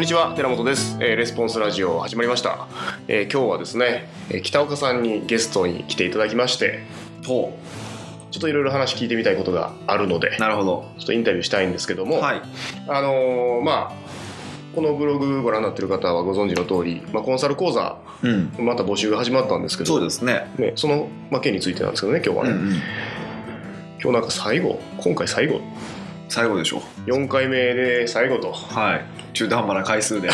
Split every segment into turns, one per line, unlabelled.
にちは寺本です、えーレスポンスラジオ始まりました、えー今日はですね、えー北岡さんにゲストに来ていただきまして
ほ
ちょっといろいろ話聞いてみたいことがあるので
うなるほど
ちょっとインタビューしたいんですけども、
はい
あのーまあこのブログご覧になってる方はご存知の通り、まあ、コンサル講座
うん
また募集が始まったんですけど
そうですね
ね、その、まあ、件についてなんですけどね今日は
うん
ね、
うん
今日なんか最後今回最後
最後でしょ
4回目で最後と
はい中途半端な回数で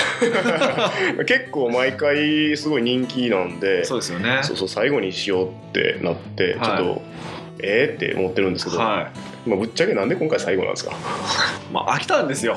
結構毎回すごい人気なんで
そうですよね
そうそう最後にしようってなって、
はい
ちょっとええー、って思ってるんですけど、
は
まあ、ぶっちゃけなんで今回最後なん ですか
いまあ飽きたんですよ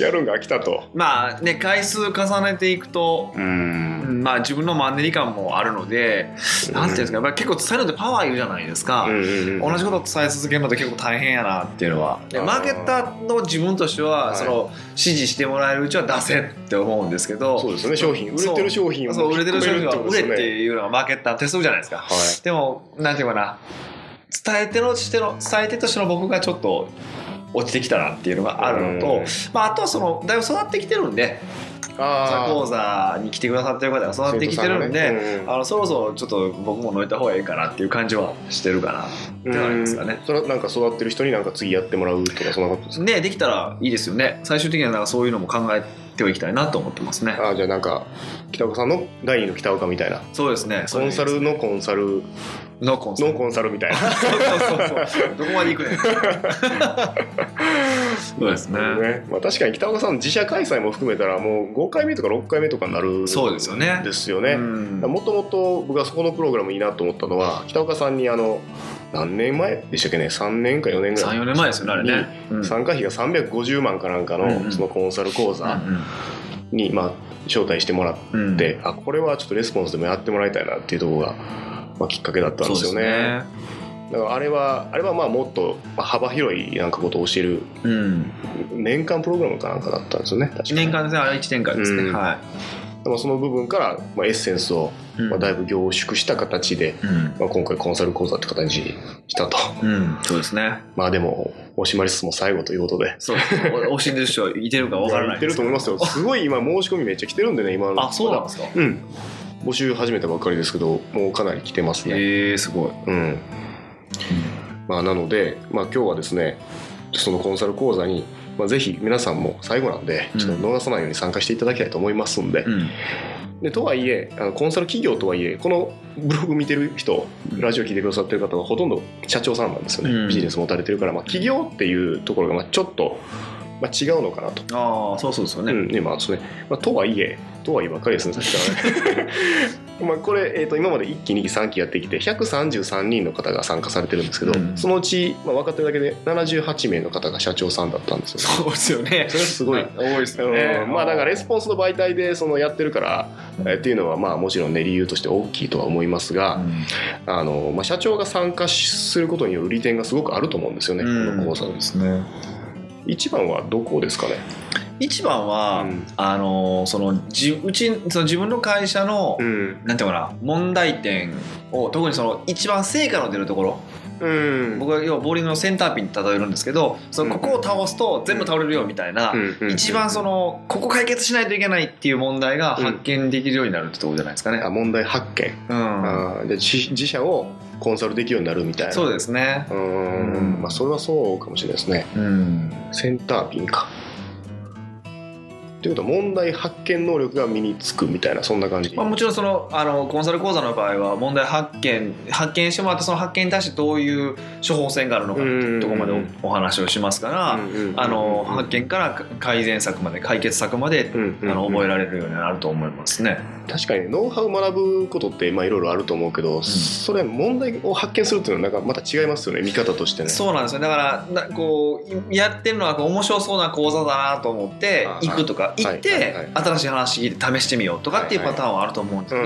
やるんが飽きたと
まあね回数重ねていくと
う
うんんまあ自分のマンネリ感もあるのでなんていうんですかやっぱり結構伝えるのってパワーいるじゃないですか、
うんうんうん
同じことを伝え続けるのって結構大変やなっていうのはでマーケッターの自分として
はい
はその支持してもらえるうちは出せって思うんですけど
そうですね商品売れてる商品を
そう売れてる商品は売れって
う
いうのがマーケッターの鉄則じゃないですか
はい
でもなんていうかな伝え手のしての伝え手としての僕がちょっと落ちてきたなっていうのがあるの
うん
と、まあ、あとはそのだいぶ育ってきてるんで講
あ
座に来てくださってる方が
あ
育ってきてるんで、
うん
あのそろそろちょっと僕も乗いた方がいいかなっていう感じはしてるかなってなりますかね
うん。それはなんか育ってる人になんか次やってもらうとかそんなことですか
ねできたらいいですよね最終的にはなんかそういうのも考えてはいきたいなと思ってますね
ああじゃあなんか北岡さんの第二の北岡みたいな
そうですね
コンサルのコンサル
のコンサル
のコンサルみたいな
そうそうそうどこまで行くね んそうですね
ねまあ、確かに北岡さんの自社開催も含めたらもう5回目とか6回目とかになる
そうですよね
ですよね
うん
もともと僕はそこのプログラムいいなと思ったのは北岡さんにあの何年前でしたっけね3年か4年ぐらい
34年前ですよねあれね、うん
参加費が350万かなんか
うんう
の
ん
そのコンサル講座にまあ招待してもらっ
うんうん
て、あこれはちょっとレスポンスでもやってもらいたいなっていうところが、まあ、きっかけだったん
そ
で
うです
よ
す
ね
ね
だからあれはあれはまあもっとまあ幅広いなんかことを教える
うん
年間プログラムかなんかだったんですよね確か
年間ですねあれ1年間ですね、
うん
は
まあ、その部分から、まあ、エッセンスを、
い、うん
まあ、だいぶ凝縮した形で、
うん
まあ、今回コンサル講座って形にしたと
うん、そうですね。
まあでも惜しまれつつも最後ということで
そう、おおしんでる人いてるかわからない
や言っ
ん
て
で
る
す
と
けど
思いますよすごい今申し込みめっちゃ来てるんでね今の
あ、そうなんですか。
うん募集始めたばっかりですけどもうかなり来てますね
ええすごい。
うんまあなので、まあ、今日はですねそのコンサル講座に、まあ、ぜひ皆さんも最後なんで
うん
ちょっと逃さないように参加していただきたいと思いますんで,、
うん、
でとはいえあのコンサル企業とはいえこのブログ見てる人ラジオ聞いてくださってる方はほとんど社長さんなんですよね、
うん
ビジネス持たれてるから、まあ、企業っていうところがまあちょっと、まあ、違うのかなと。
ああ、そうそうですよね。
うんねまあそうねまあ、とはいえとはいえばっかりですねさっきから ねまあこれ、えー、と今まで1期2期3期やってきて133人の方が参加されてるんですけど、
うん
そのうち、まあ、分かってるだけで78名の方が社長さんだったんですよ
そうですよね。
それはすごい
多いですよね
う。んまあだからレスポンスの媒体でそのやってるからえーっていうのはまあもちろんね理由として大きいとは思いますが、あのまあ、社長が参加しすることによる利点がすごくあると思うんですよね、
うん
この講座
ですね。
一番はどこですかね、
一番は、
うん
あのそのじうちその自分の会社の、
ん
なんていうのかな問題点を特にその一番成果の出るところ、
うん
僕は要はボーリングのセンターピンに例えるんですけどそのここを倒すと全部倒れるよみたいな、
うん
一番そのここ解決しないといけないっていう問題が発見できるようになるってとこじゃないですかね
あ。問題発見、
うん
あーで自自社をコンサルできるようになるみたいな
そうですね、
うーんまあそれはそうかもしれないですね
うん、
センターピンかということは問題発見能力が身につくみたいなそんな感じ、
まあ、もちろんそのあのコンサル講座の場合は問題発見発見してもらってその発見に対してどういう処方箋があるのかっていうところまで
うん
おお話をしますから、
うんうんうん
あの発見から改善策まで解決策まで
う、んうん
あの覚えられるようになると思いますね。
確かにノウハウ学ぶことってまあいろいろあると思うけど、それ問題を発見するっていうのはなんかまた違いますよね見方としてね
そうなんですよだからなこういやってるのはこう面白そうな講座だなと思って
あはい
行くとか行っ
はいはいはい
て新しい話聞いて試してみようとかっていうパターンはあると思うんです
う
け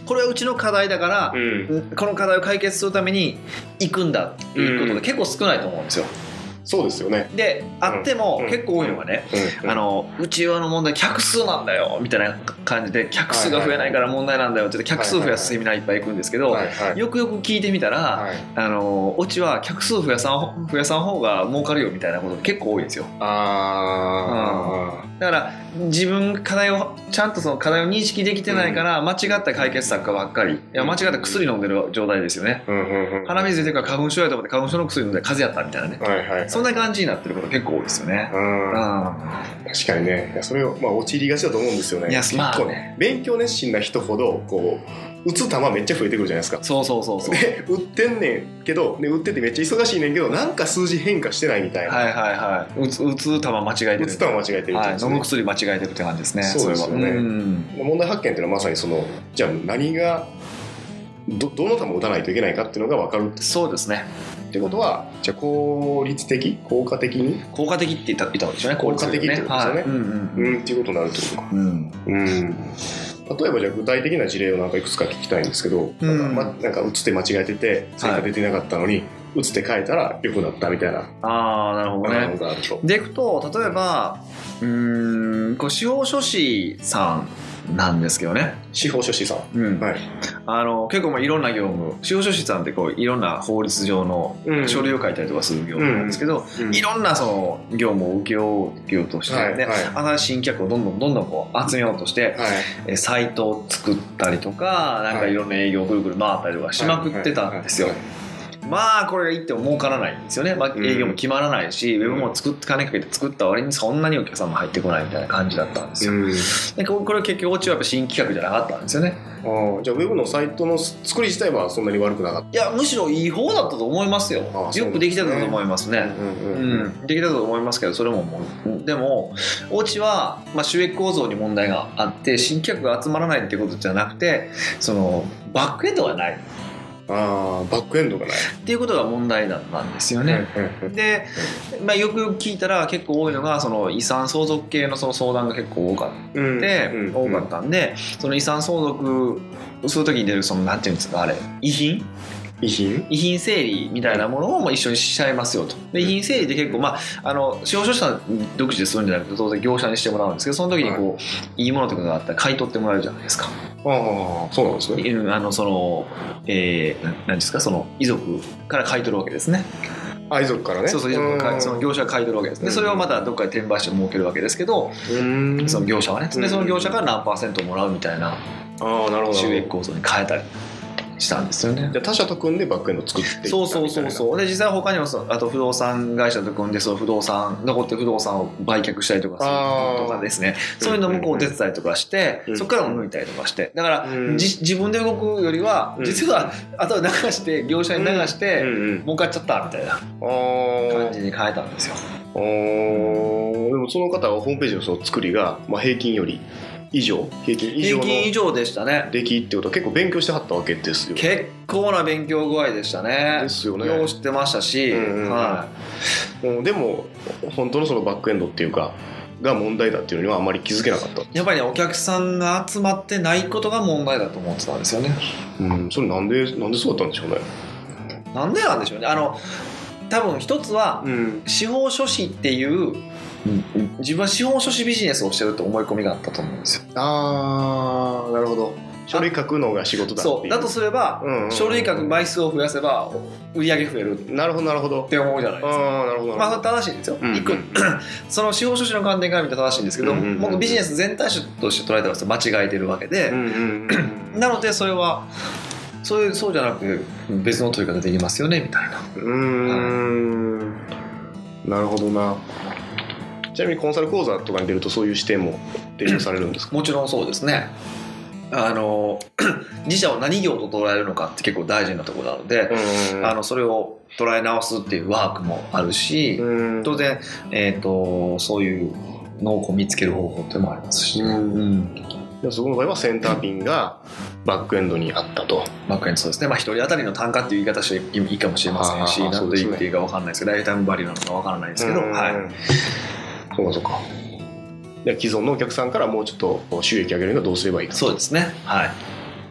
ど
ん
これはうちの課題だから
うんうん
この課題を解決するために行くんだっていうことが結構少ないと思うんですよ。
そうですよね。
であっても
うん
結構多いのがね、
うん
あのうちはの問題客数なんだよみたいな感じで客数が増えないから問題なんだよって言って客数増やすセミナーいっぱい行くんですけど、
はいはい
よくよく聞いてみたら、
はい、
あのオチは客数増やさん増やさん方が儲かるよみたいなこと結構多いんですよ
あ
だから自分課題をちゃんとその課題を認識できてないから間違った解決策ばっかりいや間違った薬飲んでる状態ですよね
ーうんうんうん
鼻水出てるから花粉症やと思って花粉症の薬飲んで風邪やったみたいなね
はいはい
そんな感じになってること結構多いですよね
うん
うん
確かにねいやそれをまあ陥りがちだと思うんですよね
いや
結
まあ
構ね勉強熱心な人ほどこう打つ球めっちゃ増えてくるじゃないですか
そうそうそうそう
で打ってんねんけどで打っててめっちゃ忙しいねんけどなんか数字変化してないみたいな、
はいはいはい打つ打つ球間違えて
打
る
つ球間違えてるって
は
や
い、
つ
飲
ね
む薬間違えてるって感じですね
そうですよね
れはうん
問題発見っていうのはまさにそのじゃあ何がどどの球を打たないといけないかっていうのが分かるっ
そうですね
てことはじゃあ効率的効果的に
効果的って言った言った方がいいでしょうね
効果的ってことですよね
はいうんうん
うんっていうことになるってことか。
うん
うん例えばじゃあ具体的な事例をなんかいくつか聞きたいんですけど、
うん
なんかま、なんか打つ手間違えてて成果出てなかったのに、打つ手変えたら良くなったみたいな
ああなるほどね、
のがあると。
でいくと例えばうーんこう司法書士さんなんですけどね、
司法書士さん。
うん
はい。
あの結構まあいろんな業務司法書士さんってこういろんな法律上の
うん
書類を書いたりとかする業務なんですけど、いろんなその業務を請け負う業として、
はい
で
はい
新しい新客をどんどんどんどんこう集めようとし
は
て、
い。
えサイトを作ったりとかなんか
はい
いろんな営業をぐるぐる回ったりとかしまくってたんですよ
はい。
まあこれが言っても儲からないんですよね、まあ、
うん
営業も決まらないし、
ん
ウェブも作って金かけて作った割にそんなにお客さんも入ってこないみたいな感じだったんですよ、
うん
でここれ結局オチはやっぱ新企画じゃなかったんですよね
ああじゃあウェブのサイトの作り自体はそんなに悪くなかっ
いやむしろいい方だったと思いますよ
ああそう
よくできてたと思います
た。
ね
うん
う
うんうん
ん、できてたと思いますけどそれももうでもオチは、まあ、収益構造に問題があって新規客が集まらないってことじゃなくてそのバックエンドがないっ
ああバックエンドがない。
ていうことが問題だったんですよね、
うんうん
で、まあ、よくよく聞いたら結構多いのがその遺産相続系のその相談が結構多かっ
うん
て、
うん
多かったんでその遺産相続する時に出るそのなんていうんですかあれ遺品
遺品
遺品整理みたいなものをまあ一緒にしちゃいますよとで遺品整理って結構まああの司法書士さん独自でするんじゃなくて当然業者にしてもらうんですけどその時にこう、い、いものとかがあったら買い取ってもらえるじゃないですか、
ああそうなんですね。
うんあのそのえー、ななんですかその遺族から買い取るわけですね
愛族からね。
そうそう遺族が買いその
業
業者が買い取るわけです
う
で
ん
それをまたどっかで転売して儲けるわけですけどその業者はね
うん
でその業者から何パーセントもらうみたいな
ああなるほど。
収益構造に変えたりしたんですよね
じゃあ他社と組んでバックエンド作っていったみたい
そう
な
そうそうそうで実際他にもそうあと不動産会社と組んでその不動産残ってる不動産を売却したりとかす
あー
るとかですねそういうのもこう手伝いとかして
うん
そこからも抜いたりとかしてだから
うん
じ自分で動くよりは
うん
実は後で流して業者に流し
うん
て
うん
儲かっちゃったみたいな
あ
感
ー
じに変えたんですよ。
あーでもその方はホームページのその作りが、まあ、平均より以上平均以上
平
の
均以上でしたね
出来ってことは結構勉強してはったわけですよ
結構な勉強具合でしたね
で。すよね
よう知ってましたし、
うんうん
は
うんでも本当のそのバックエンドっていうかが問題だっていうのにはあまり気づけなかった、
い、やっぱりねお客さんが集まってないことが問題だと思ってたんですよね。
うん、それなんでなんでそうだったんでしょうね
なんでなんでしょうねあの多分一つは
うん
司法書士っていう自分は司法書士ビジネスをしてると思い込みがあったと思うんですよ。
ああなるほど書類書くのが仕事だっていう
そうだとすれば、
うんうんうん
書類書く枚数を増やせば売り上げ増えるっ
なるほどなるほど
て思うじゃない
あ
で
あ
すか。
ーなるほど
まあ、
な
そ
る
れ
ほど
正しいんですよ、
うん
いくその司法書士の観点から見たら正しいんですけど、
うんうんうん
僕ビジネス全体主として捉えてますと間違えてるわけで、
うんうんうん
なのでそれはそういうそうじゃなく別の取り方できますよねみたいな
うーん、なるほどなちなみにコンサル講座とかに出るとそういう視点も提供されるんですか
もちろんそうですねあの 自社を何業と捉えるのかって結構大事なところなので、
うん
あのそれを捉え直すっていうワークもあるし、
うん
当然、えー、とそういうのをこう見つける方法っていうのもありますし、ね
うん
うん
でそこの場合はセンターピンがバックエンドにあったと
バックエンドそうですね、まあ、1人当たりの単価っていう言い方していいかもしれませんし
あー
何
そう
と
ですね
言っていいか分かんないですけどライフタイムバリューなのか分からないですけど、
うん
はい、
そうかそうかで既存のお客さんからもうちょっと収益上げるにはどうすればいいか
そうですねはい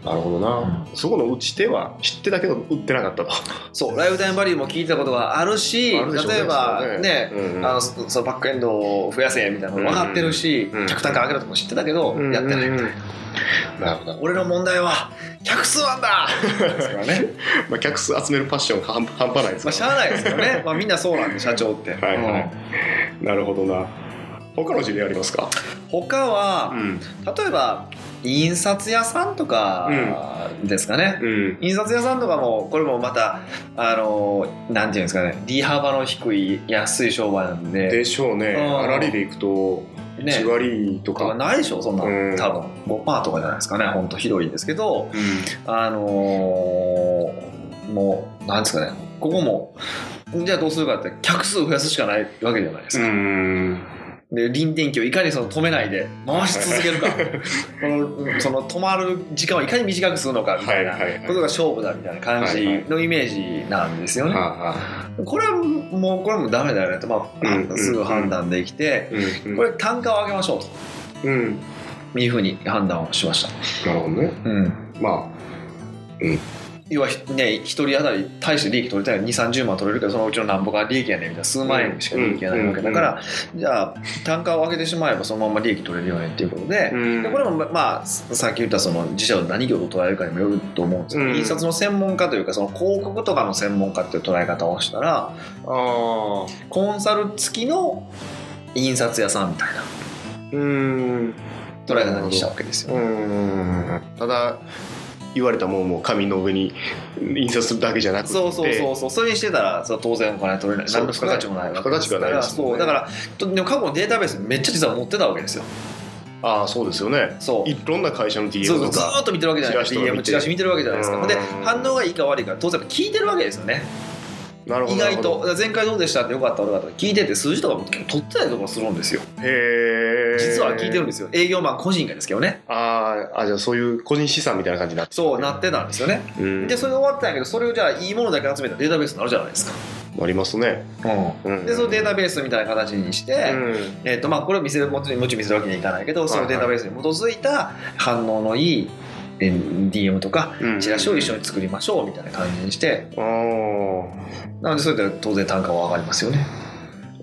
なるほどな、そこの打ち手は知ってたけど打ってなかったと
そうライフタイムバリューも 聞いたことがあるし
あるでしょうね
例えば
それは
ね
ねうんうん
あのそそのバックエンドを増やせみたいなの分かってるし、
うんうん
客単価上げるとも知ってたけど、やってないみたいな、
なるほど、
俺の問題は客数な んだですからね、
まあ、客数集めるパッションが半半端ないです
ま
か
あ、し
ら、
ゃあないですよね、まあ、みんなそうなんで社長って、
はいはい
うん
なるほどな他の事例ありますか、
他は、
ん
例えば印刷屋さんとかですかね、
うん、
印刷屋さんとかもこれもまたあのなんていうんですかね利幅の低い安い商売なんで
でしょうね
うん
あらりでいくと
ね
1割と
とか
か、
ないでしょそんな
うん
ん多分5%とかじゃないですかねほんと広いんですけど
う
あのーもうなんですかねここもじゃあどうするかって客数を増やすしかないわけじゃないですか、
ん
で臨転機をいかにその止めないで回し続 けるかこのその止まる時間をいかに短くするのかみ
は
た
い
い
は
ない
はい
ことが勝負だみたいな感じのイメージなんですよね。
はあ
これはもうこれもダメだよねと、ま
うんう
あ、
ん
すぐ判断できて、
うん
これ単価を上げましょう
う
と
ん
いうふうに判断をしました。
なるほどね
うん、
ま
要はひね一人当たり対して利益取れたら2 3 0万取れるけどそのうちの何ぼが利益やねんみたいな数万円しか利益がないわけだから、じゃあ単価を上げてしまえばそのまま利益取れるよねっていうことで。
あ、うん
でこれもままあささっき言ったその自社を何業と捉えるかにもよると思うんですけど、
うん
印刷の専門家というかその広告とかの専門家っていう捉え方をしたら
ああ
コンサル付きの印刷屋さんみたいな
うん
捉え方にしたわけですよ、
うんただ言われたもんも紙の上に印刷するだけじゃなくて
そうそうそうそうそれにしてたらそれは当然お金取れない
そう
何の付加価値もないわけですか
付加価値がない
ら
ですもんね
そうだからとでも過去のデータベースめっちゃ実は持ってたわけですよ
ああそうですよね
そう
いろんな会社の DM
そうそ
と
うず
か
ーっと見てるわけじゃないです
チラシ
か
とか見
DM
て
チラシ見てるわけじゃないです
う
か
ん
で反応がいいか悪いか当然聞いてるわけですよね
なるほど
意
なる
外
ほ
と
ど
だから前回どうでしたってよかった悪かった聞いてて数字とかも結構取ってたりとかするんですよ
へえ
実は聞いてるんですよ営業マン個人がですけどね
あーあじゃあそういう個人資産みたいな感じになって
そうなってたんですよね
うん
でそれで終わったんやけどそれをじゃあいいものだけ集めたデータベースになるじゃないですか
なりますね、うん
でそのデータベースみたいな形にして、
うん
えーとまあ、これを見せるもちろんもちろん見せるわけにいかないけどそのデータベースに基づいた反応のいいえー DM とか
うん
チラシを一緒に作りましょうみたいな感じにして
あー
なのでそれで当然単価は上がりますよね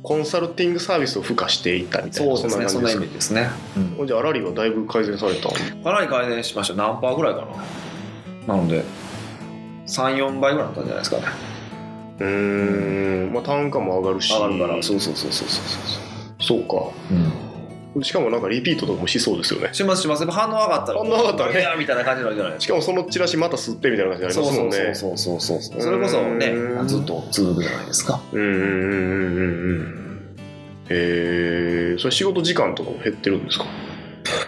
コンサルティングサービスを付加していったみたいな
そうですねそ
感
んな
じ
意味ですね、う
かじゃあラリーはだいぶ改善された
ん、かなり改善しました何パーぐらいかななので34倍ぐらいだったんじゃないですかね
うん、まあ、単価も上がるし
上がるからそうそうそうそうそう
そ
そう
うか
そう、うん
しかもなんかリピートとかもしそうですよね
しますしますやっぱ反応上がったら
反応上がったらね
いやみたいな感じになるじゃないです
し
か
かもそのチラシまた吸ってみたいな感じになりますもんね
そうそうそうそうそうそれこそね
うん
ずっと続くじゃないですか
うんうんうんうんうんうんへえそれ仕事時間とかも減ってるんですか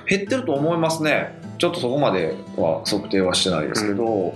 減ってると思いますねちょっとそこまでは測定はしてないですけど、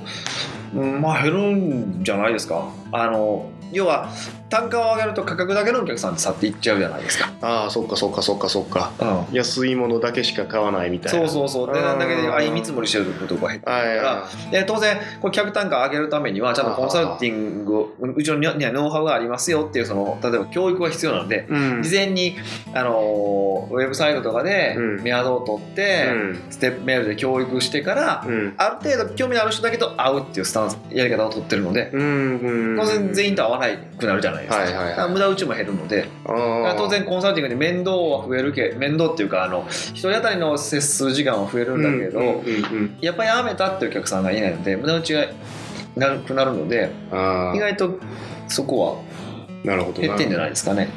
うんまあ減るんじゃないですかあの要は単価を上げると価格だけのお客さんって去っていっちゃうじゃないですか、
ああそっかそっかそっかそっか
うん、
安いものだけしか買わないみたいな
そう
う
そうそう
う
で
ん
なんだけで相見積もりしてるとこが減って
はい
だから
は
で当然こう客単価上げるためにはちゃんとコンサルティングをうちのにはノウハウがありますよっていうその例えば教育が必要なので
いうん
事前にあのウェブサイトとかで
うん
メアドを取って、
うん
ステップメールで教育してから、
うん
ある程度興味のある人だけと会うっていうスタンスやり方を取ってるので、
うんうん
当然全員と会わないくなるじゃないですか,、
はいはいはい
無駄打ちも減るので
あ
だか
ー
ら当然コンサルティングで面倒は増えるけ面倒っていうかあの一人当たりの接数時間は増えるんだけど、
うんうんうん
やっぱりやめたっていうお客さんがいないので無駄打ちがなくなるので
あ
意
ー
外とそこは
なるほど
減ってんじゃないですかね、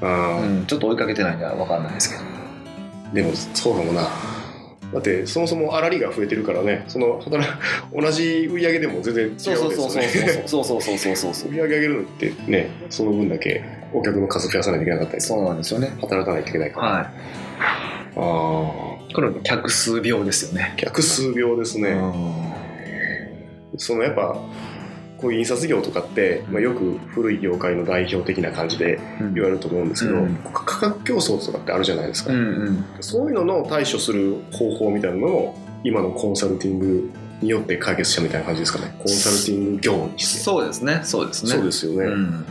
あ
う
ー
ん、ちょっと追いかけてないんで分かんないですけど
でもそうかもなだってそもそもあらりが増えてるからねその働く同じ売り上げでも全然違うわけです
そう
よ
そう
ね
そうそうそうそうそうそうそうそ う
売り上げ上げるのってねその分だけお客の数増やさないといけなかったり
そうなんですよね
働かないといけないから、
は
ああ
いこれも客数秒ですよね
客数秒ですね、そのやっぱこういう印刷業とかって、まあ、よく古い業界の代表的な感じで
うん
言われると思うんですけど、
うん
価格競争とかってあるじゃないですか、
うんうん
そういうのの対処する方法みたいなのも今のコンサルティングによって解決したみたいな感じですかねコンサルティング業にして
そうですねそうですね
そうですよね、
うん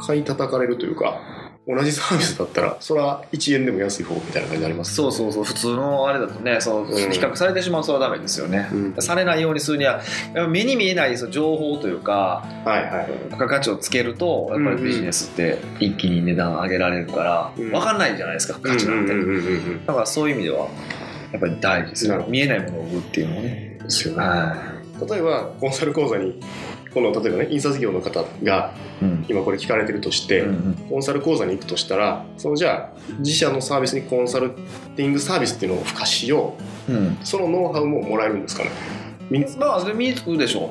買い叩かれるというか同じサービスだったらそれは1円でも安い方みたいな感じになります
そうそうそう普通のあれだとねそう
うん
比較されてしまうとはダメですよね、
うん
されないようにするにはやっぱ目に見えないその情報というか
はいはい
付加価値をつけるとやっぱりビジネスって一気に値段上げられるから
うん
分かんないじゃないですか価値
う
なん
ん
て、
うんうんうん
だからそういう意味ではやっぱり大事です
なる
よ
ほ
見えないものを売るっていうのはね
うんですよね
は
例えばコンサル講座にこの例えばね印刷業の方が
い、うん
今これ聞かれてるとして、
うん
コンサル講座に行くとしたらそのじゃあ自社のサービスにコンサルティングサービスっていうのを付加しよ
うん
うそのノウハウももらえるんですかね身につ
まあそれ身につくでしょう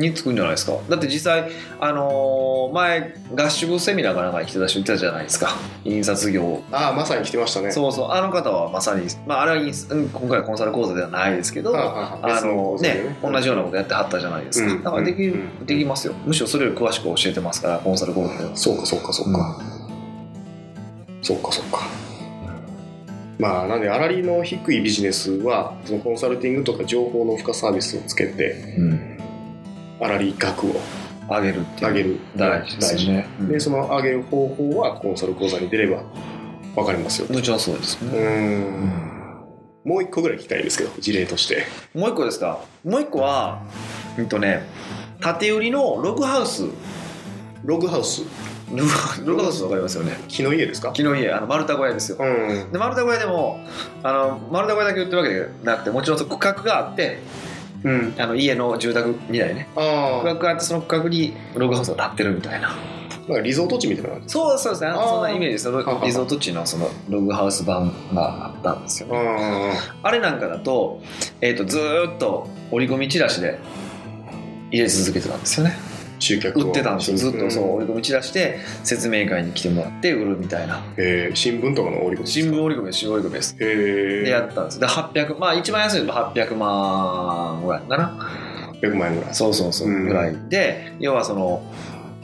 身につくんじゃないですかだって実際、あのー前合宿セミナーかなんかに来てた人いたじゃないですか印刷業
ああまさに来てましたね
そうそうあの方はまさに、まあ、あれはインスうん今回はコンサル講座ではないですけど、
はいはいはい
あ
別の
の
講座でね
ね、同じようなことやってはったじゃないですか、
うん
だからでき,、
うん
できますよむしろそれより詳しく教えてますからコンサル講座では
そうかそうかそうか、そうかそうかまあなんで粗利の低いビジネスはそのコンサルティングとか情報の付加サービスをつけて
うん
粗利額を
上げるっていう
上げる
大事ですね、うん
でその上げる方法はコンサル講座に出れば分かりますよ
もちろんそうです
う
ね、
ーんもう一個ぐらい聞きたいですけど事例として
もう一個ですかもう一個はうんとね縦売りのログハウス
ログハウス
ログログハウスわかりますよね
木の家ですか
昨日家あの丸太小屋ですよ
うん
で丸太小屋でもあの丸太小屋だけ売ってるわけではなくてもちろんその区画があって
うん
あの家の住宅2台ね
あ
区
あ
画があってその区画にログハウスが建ってるみたいな
なんかリゾート地みたいな感じ
そうそうですねあ
あ
の
ー
そんなイメージです
ははは
リゾート地のそのログハウス版があったんですよね
あ
あれなんかだと,、えー、とずーっと折り込みチラシで入れ続けてたんですよね
あ集客を
売ってたんですよずっとそう
うん
折り込みチラシで説明会に来てもらって売るみたいな
えー新聞とかの折り込み
新聞折り込みです新聞折り込みです
へ
でや
え
ったんですで800まあ一番安いのは800万ぐらいかな
800万円ぐらい
そうそうそう
うん
ぐらいで要はその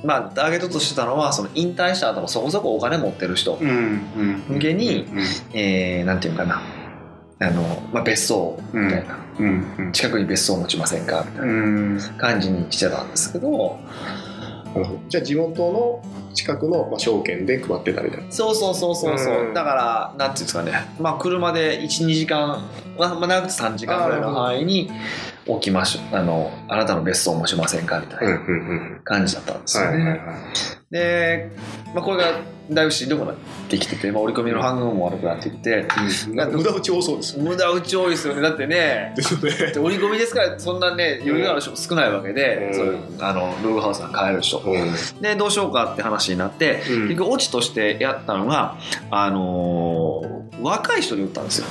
まあターゲットとしてたのはその引退した後もそこそこお金持ってる人
うん
向けに、
うん
えー、なんていうかなあの、まあ、別荘みたい
う
な、
んうん
近くに別荘持ちませんかみた
う
い
んな
な感じにしてたんですけど
るほどじゃあ地元の近くのまあ証券で配ってたみたいな
そうそうそうそうそう、
うん
だからなんていうんですかね、まあ、車で12時間、まあ、まあ長くて3時間ぐらいの範囲に置きましょうあのあなたの別荘持ちませんかみたいなん
うん
感じだったんです
はい
よ
は
ね、
いはい
で、まあ、これがだいぶしんどくなってきてて、まあ、折り込みの反応も悪くなってきて
なんか無駄打ち多そうですよ
無駄打ち多いですよねだってね
ですよね
で折り込みですからそんなね余裕がある人も少ないわけで、
うん
そういうあのログハウスが買える人でどうしようかって話になって
うん
結局オチとしてやったのが、あのー若い人に売ったんですよ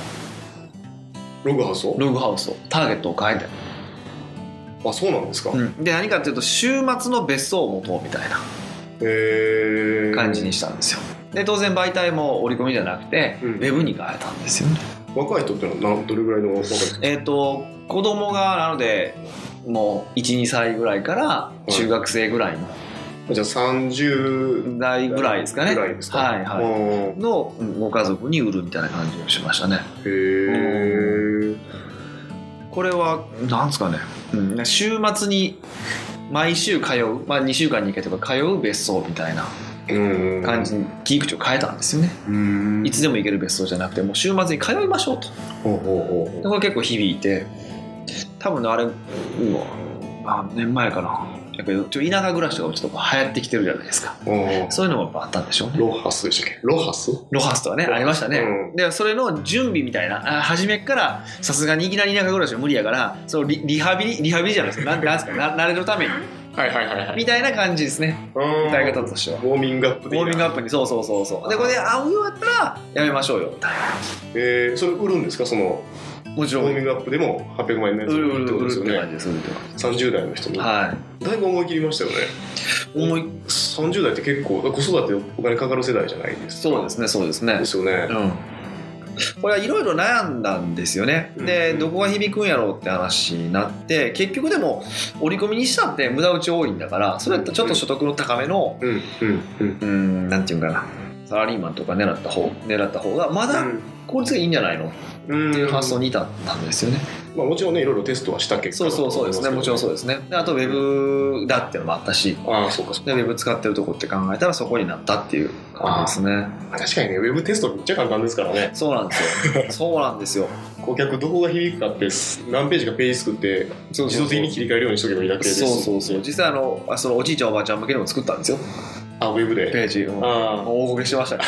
ログハウスを
ログハウスをターゲットを変えて、
あそうなんですか
うんで何かっていうと週末の別荘を持とうみたいな
へえ
感じにしたんですよで当然媒体も折り込みじゃなくて、
うん
ウェブに変えたんですよね
若い人ってのはなどれぐらいの若い人
えっ、と子供がなのでもう12歳ぐらいから中学生ぐらいの
じゃあ30
代ぐらいですかね
ぐらいですか
はいはい、
い
のうんご家族に売るみたいな感じをしましたね
へえ
これはなんですかね、うん、週末に毎週通う、まあ、2週間に1回とか通う別荘みたいな
うん
感じに切り口を変えたんですよね、
うん
いつでも行ける別荘じゃなくてもう週末に通いましょうと
ほうほうほう
でこれ結構響いて多分ねあれ、うん、何年前かなやっぱりちょ田舎暮らしとかもちょっと流行ってきてるじゃないですか
ほうほ
そういうのもやっぱあったんでしょう
う
ね
ロハスでしたっけロハス
ロハスとはねありましたね、
うん
でそれの準備みたいなあ初めっからさすがにいきなり田舎暮らしは無理やからそのリリハビリリハビリじゃないですかなんなんですかな慣れるために
はいはいはいはい
みたいな感じですね歌い方としては
ウォーミングアップ
ウ
でい
ォ
いな
ーミングアップにそうそうそうそうでこれで合うようやったらやめましょうよみたい
えー、それ売るんですかその
なもち
ウ
ろん
ォ
売
ーミン
る
グアップでも800万円のやつ
売
売
る
るってこと
売る
で
っ
すよ
て感
ね
じです売るって感
30代の人
じ
も
は
だいぶ思い切りましたよね
い思い
30代って結構子育てお金かかる世代じゃないですか
そうですねそうですね
ですよね、
うん、これはいろいろ悩んだんですよね、で
うん
どこが響くんやろうって話になって結局でも折り込みにしたって無駄打ち多いんだからそれやったらちょっと所得の高めの
うんうんうん
うんなんていうんかなサラリーマンとか狙った方狙った方がまだ効率がいいんじゃないのっ
うん
ていう発想に至ったんですよね、
まあ、もちろんねいろいろテストはした結果
そうそうそうですねもちろんそううですねであとウェブだっていうのもあったし
ああそうかそう
でウェブ使ってるとこって考えたらそこになったっていう感じですね
か確かにねウェブテストめっちゃ簡単ですからね
そうなんですよそうなんですよ
顧客どこが響くかって何ページかページ作って
そう
自
そう
動的に切り替えるようにしとけばいいだけです
そうそうそう実際あのあそのおじいちゃんおばあちゃん向けにも作ったんですよ
あウェブで
ページ、うん
ああ
大こけして ましたね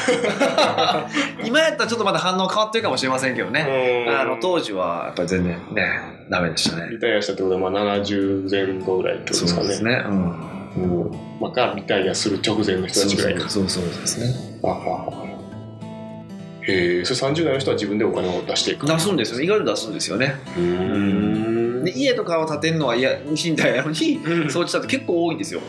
今やったらちょっとまだ反応変わってるかもしれませんけどね、あの当
時
時はやっぱり全然ねダメでしたね
リタイアしたってことはまあ70前後ぐらいってことですか
う
ね
ですねうん
うんまあ、がリタイアする直前の人たちぐらいか
そうそうですね
あああへえそれ30代の人は自分でお金を出していく
出すんですよね意外と出すんですよね
うーん
で家とかを建てるのはいや賃貸やのに
うん
そうしたって結構多いんですよ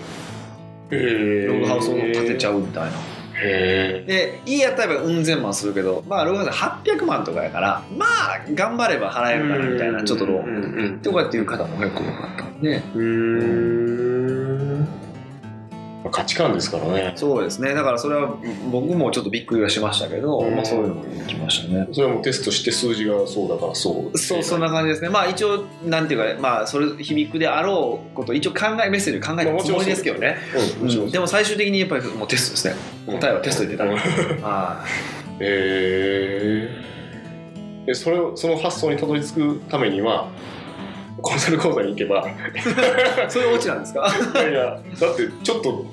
へえ
ログハウスを建てちゃ
う
うみたいな
へえ
で家やったらうん千万するけどまあログハウス800万とかやからまあ頑張れば払えるかなみたいなちょっとローン
ン
とかっていう方も結構多かったんで
うーんまあ価値観ですからね
そうですねだからそれは僕もちょっとびっくりはしましたけど、
うん
まあ、そういうのもできましたね
それはもうテストして数字がそうだからそう
そうそんな感じですねまあ一応なんていうかまあそれ響くであろうこと一応考えメッセージ考えたつもりですけどね、
うんもちろん
でも最終的にやっぱりもうテストですね答えはテストで出た
うんへ
あ
えでそれをその発想にたどり着くためにはコンサル講座に行けば
あそういうオチなんですか
いやいやだってちょっと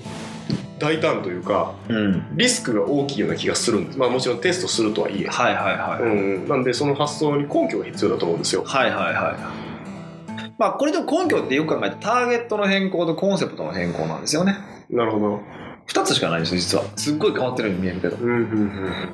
大胆というか
うん
リスクが大きいような気がするんですまあもちろんテストするとはいえ、
はいはいはい、
うん、なんでその発想に根拠が必要だと思うんですよ
はいはいはいまあこれでも根拠ってよく考えてターゲットの変更とコンセプトの変更なんですよね
なるほど
2つしかないんですよ実はすっごい変わってるように見えるけど
うんうん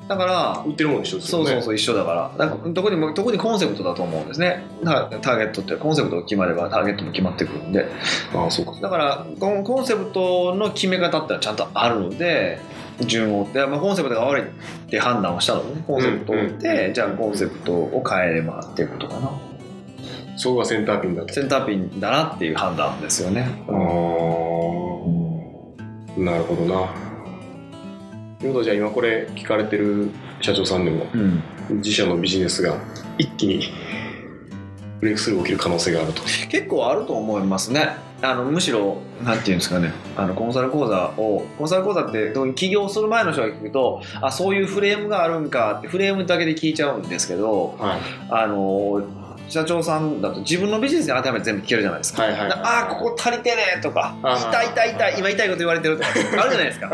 うん
だから
売ってるもん一緒です
そ
よ
う
ね
そうそう一緒だからだから特にも特にコンセプトだと思うんですねだからターゲットってコンセプトが決まればターゲットも決まってくるんで
ああそうか
だからこのコンセプトの決め方ってのはちゃんとあるので順を追って、まあ、コンセプトが悪いって判断をしたのねコンセプトを追って、
うんうん
じゃあコンセプトを変えればっていうことかな
そこがセンターピンだった
センターピンだなっていう判断ですよね、
ああなるほどなということはじゃあ今これ聞かれてる社長さんでも
うん、
自社のビジネスが一気にブレイクスルー起きる可能性があると
結構あると思いますねあのむしろなんていうんですかねあのコンサル講座をコンサル講座って特に起業する前の人が聞くとあそういうフレームがあるんかってフレームだけで聞いちゃうんですけど
はい
あの社長さんだと自分のビジネスに当てはめて全部聞けるじゃないですか、
はいはいはい
だああここ足りてねとか
あー
痛い痛い痛い今痛いこと言われてるとかあるじゃないですか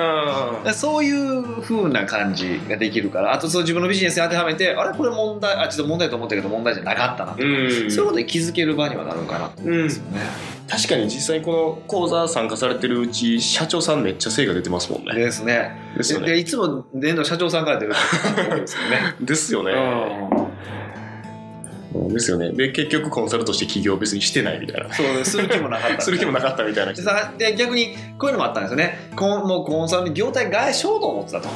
あ
そういう風な感じができるからあとその自分のビジネスに当てはめてあれこれ問題あちょっと問題と思ったけど問題じゃなかったなとか、
うん
そういうことに気づける場にはなるかなと思うんですよね、
確かに実際この講座参加されてるうち社長さんめっちゃ成果出てますもんね
ですね
で
です
よね
でいつも年度社長さんから出るってことです よね
ですよ
う
ねですよねで結局コンサルとして起業別にしてないみたいな
んそうする気もなかった
する気もな
っ
かったみたいな
た さで逆にこういうのもあったんですよねこんもうコンサルに業態外しようと思ってたと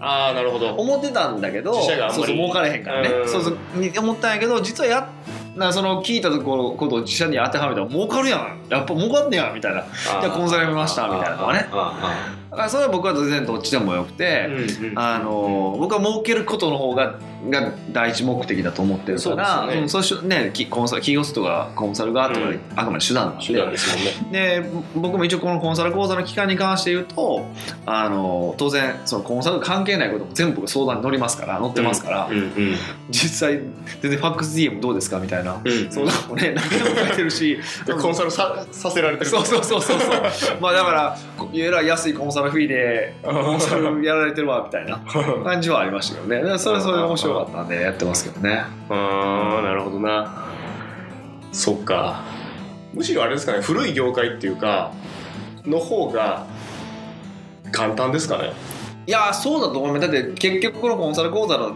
ああなるほど
思ってたんだけど
自社があんまり
そうそう儲かれへんからね
うん
そうそうに思ったんやけど実はやなその聞いたところことを自社に当てはめたら儲かるやんやっぱ儲かんねやみたいなじゃあコンサルやめましたみたいなのはね
あ
だからそれは僕は全然どっちでもよく
あ
て、
うんうん
あの僕は儲けることの方がが第一目的だと思ってるか
そう
ら
ですよね
んそうしねきコンサル企業室とかコンサルがとか、
うん
あくまで手段なんで
手段ですもんね
で僕も一応このコンサル講座の期間に関して言うとあの当然そのコンサル関係ないことも全部相談に乗りますから乗ってますから、
うん
実際全然ファックス DM どうですかみたいな
うんうん
相談もね何でも書いて るし
でコンサルささせられてる
そうそうそうそうそうまあだからえらい安いコンサルフィーでコンサルやられてるわみたい な感じはありましたけどねだからそれはそれで面白かったんでやってますけどね
ああなるほどなそっかむしろあれですかね古い業界っていうかの方が簡単ですかね
いやーそうだと思いますだって結局このコンサル講座の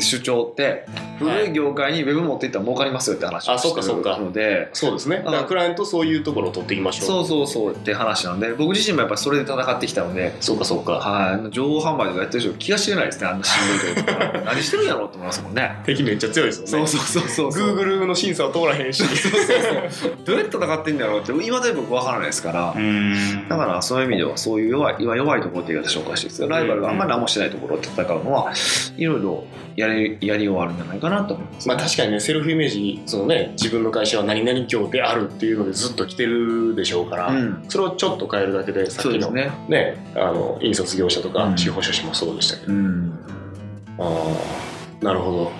主張って古い業界にウェブ持っていったら儲かりますよって話を
あそっか
して
そっか
るので
そうですねだか
う
ら
ん
クライアントそういうところを取っていきましょう
そうそうそうって話なんで僕自身もやっぱりそれで戦ってきたので
そうかそうか
はい、情報販売とかやってる人気が知れないですねあんなしんどいところ 何してるんやろうと思いますもんね
敵めっちゃ強いですよね
そうそうそうそうそう
Google の審査は通らへんし
どうやって戦ってんだろうって今で僕わからないですから、
ん
だからそういう意味ではそういう弱い今弱いところって言い方紹介してるんですけどライバルがあんまり何もしてないところって戦うのはいろいろやりやりようあるんじゃないかなと思います、
まあ確かにねセルフイメージそのね自分の会社は何々業であるっていうのでずっと来てるでしょうから、
うん、
それをちょっと変えるだけでさっ
そう
き
です
のね
ね
あの印刷業者と
う
か
ん
司法書士もそうでしたけど、
うん
ああなるほど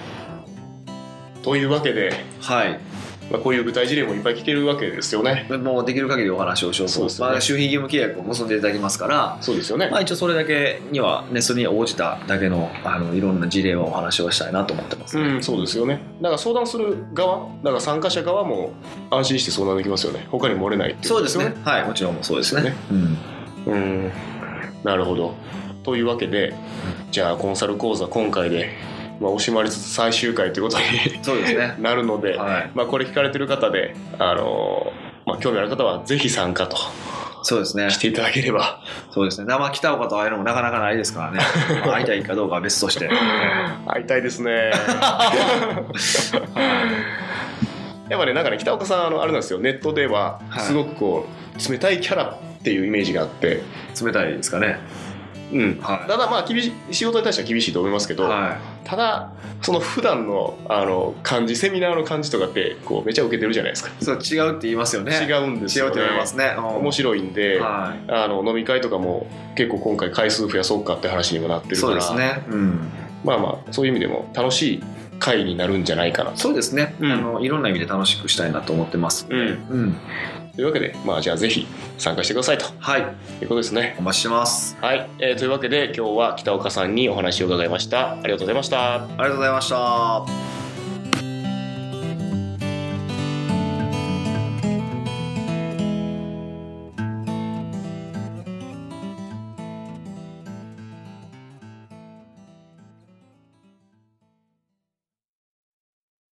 というわけで、
はい
まあ、こういう具体事例もいっぱい来てるわけですよね
もうできる限りお話をしようと
そうですよね
まあ、周辺義務契約を結んでいただきますから
そうですよね、
まあ、一応それだけには、ね、それに応じただけのあのいろんな事例はお話をしたいなと思ってます、
うん、そうですよねだから相談する側だから参加者側も安心して相談できますよね他に漏れないっていう
そ
こ
う
と
ですねはいもちろんそうですね
ね
うん、
うんなるほどというわけでじゃあコンサル講座今回で、まあ、惜しまれつつ最終回ということに
そうですね
なるので、
はい
まあ、これ聞かれてる方で、あのーまあ、興味ある方はぜひ参加と
そうですね
していただければ、
そうですね生北岡と会えるのもなかなかないですか らねまあ会いたいかどうかは別として
会いたいです ねやっぱねなんかね北岡さんあのあれなんですよネットでは
はい
すごくこう冷たいキャラっていうイメージがあって、
冷たいですかね
うん、
は
ただまあ厳しい仕事に対しては厳しいと思いますけ
い、
ど、
は
ただその普段のあの感じセミナーの感じとかってこうめちゃ受けてるじゃないですか、
い、そう違うって言いますよね
違うんです
違
よ、
うって
ね、
言われますね
面
面
白いんで、
は
あの飲み会とかも結構今回回数増やそうかって話にもなって
い、
るか
そうで
ら
すね、うん、
まあまあそういう意味でも楽しい会になるんじゃないかなと、
そうですね、
うん
あのいろんな意味で楽しくしたいなと思ってます
うん、
うん
というわけでまあじゃあぜひ参加してくださいと
はい
いうことですね
お待ちしてます
はい、えーというわけで今日は北岡さんにお話を伺いましたありがとうございました
ありがとうございました